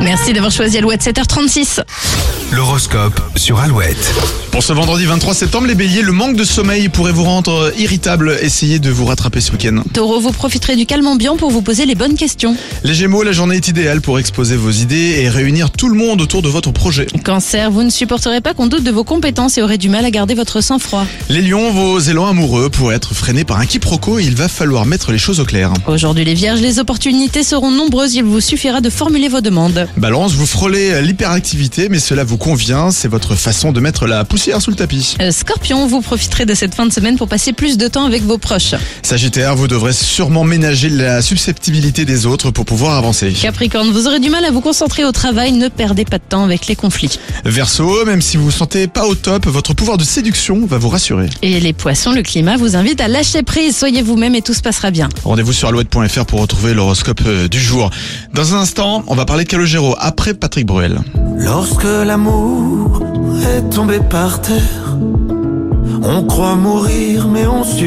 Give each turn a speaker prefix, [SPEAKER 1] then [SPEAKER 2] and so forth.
[SPEAKER 1] Merci d'avoir choisi Alouette 7h36.
[SPEAKER 2] L'horoscope sur Alouette.
[SPEAKER 3] Pour ce vendredi 23 septembre, les béliers, le manque de sommeil pourrait vous rendre euh, irritable. Essayez de vous rattraper ce week-end.
[SPEAKER 1] Taureau, vous profiterez du calme ambiant pour vous poser les bonnes questions.
[SPEAKER 3] Les gémeaux, la journée est idéale pour exposer vos idées et réunir tout le monde autour de votre projet.
[SPEAKER 1] Cancer, vous ne supporterez pas qu'on doute de vos compétences et aurez du mal à garder votre sang-froid.
[SPEAKER 3] Les lions, vos élans amoureux pourraient être freinés par un quiproquo et il va falloir mettre les choses au clair.
[SPEAKER 1] Aujourd'hui les vierges, les opportunités seront nombreuses, il vous suffira de formuler vos demandes.
[SPEAKER 3] Balance, vous frôlez euh, l'hyperactivité, mais cela vous convient, c'est votre façon de mettre la poussière sous le tapis.
[SPEAKER 1] Euh, Scorpion, vous profiterez de cette fin de semaine pour passer plus de temps avec vos proches.
[SPEAKER 3] Sagittaire, vous devrez sûrement ménager la susceptibilité des autres pour pouvoir avancer.
[SPEAKER 1] Capricorne, vous aurez du mal à vous concentrer au travail, ne perdez pas de temps avec les conflits.
[SPEAKER 3] Verseau, même si vous vous sentez pas au top, votre pouvoir de séduction va vous rassurer.
[SPEAKER 1] Et les poissons, le climat vous invite à lâcher prise, soyez vous-même et tout se passera bien.
[SPEAKER 3] Rendez-vous sur alouette.fr pour retrouver l'horoscope euh, du jour. Dans un instant, on va parler de Calogero après Patrick Bruel.
[SPEAKER 4] Lorsque l'amour est tombé par terre, on croit mourir mais on suit.